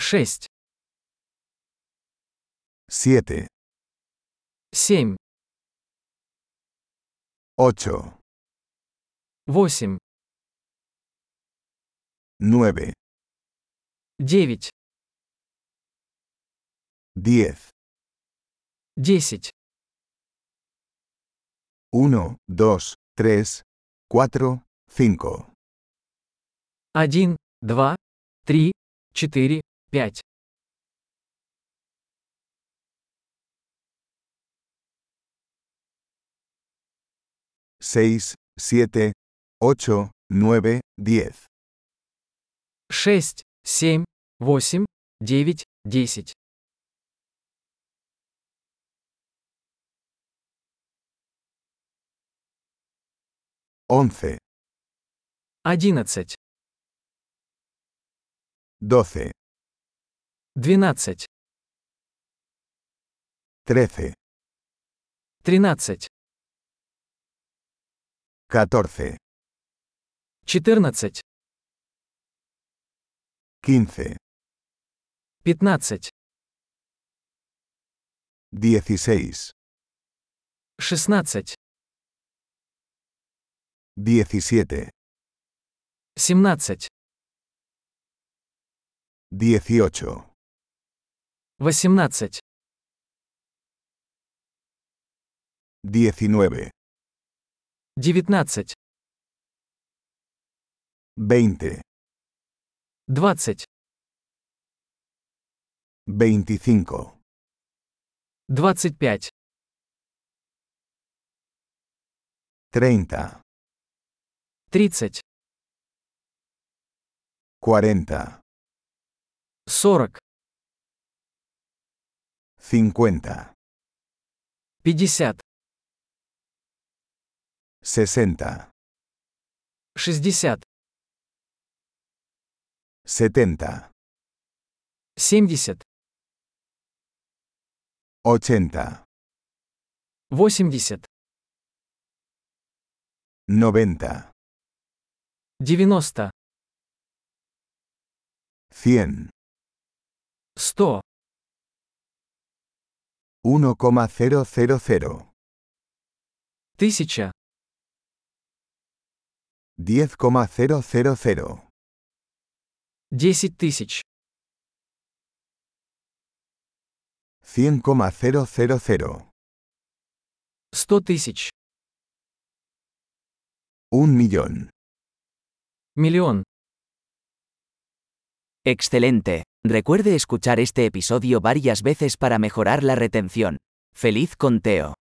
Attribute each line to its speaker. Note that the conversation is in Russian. Speaker 1: шесть,
Speaker 2: 7,
Speaker 1: семь,
Speaker 2: 8,
Speaker 1: восемь,
Speaker 2: 9,
Speaker 1: девять,
Speaker 2: 10,
Speaker 1: десять,
Speaker 2: 1, 2, 3, 4, 5,
Speaker 1: один, два, три, четыре, пять,
Speaker 2: 6, 7, 8, 9, 10,
Speaker 1: шесть, семь, восемь, девять, десять,
Speaker 2: 11,
Speaker 1: одиннадцать,
Speaker 2: 12,
Speaker 1: двенадцать,
Speaker 2: 13,
Speaker 1: тринадцать,
Speaker 2: 14,
Speaker 1: четырнадцать,
Speaker 2: 15,
Speaker 1: пятнадцать,
Speaker 2: 16,
Speaker 1: шестнадцать,
Speaker 2: 17,
Speaker 1: семнадцать,
Speaker 2: 18,
Speaker 1: восемнадцать,
Speaker 2: 19,
Speaker 1: девятнадцать,
Speaker 2: 20,
Speaker 1: двадцать,
Speaker 2: 25,
Speaker 1: двадцать пять,
Speaker 2: 30,
Speaker 1: тридцать,
Speaker 2: 40,
Speaker 1: сорок,
Speaker 2: 50,
Speaker 1: пятьдесят,
Speaker 2: 60.
Speaker 1: шестьдесят,
Speaker 2: 70,
Speaker 1: семьдесят,
Speaker 2: 80,
Speaker 1: восемьдесят,
Speaker 2: 90,
Speaker 1: девяносто.
Speaker 2: 100,
Speaker 1: 100,
Speaker 2: 1,000,
Speaker 1: 1000,
Speaker 2: 10,000,
Speaker 1: 10 тысяч,
Speaker 2: 100,000,
Speaker 1: 100 тысяч,
Speaker 2: 1 millón.
Speaker 1: миллион.
Speaker 3: Excelente. Recuerde escuchar este episodio varias veces para mejorar la retención. ¡Feliz conteo!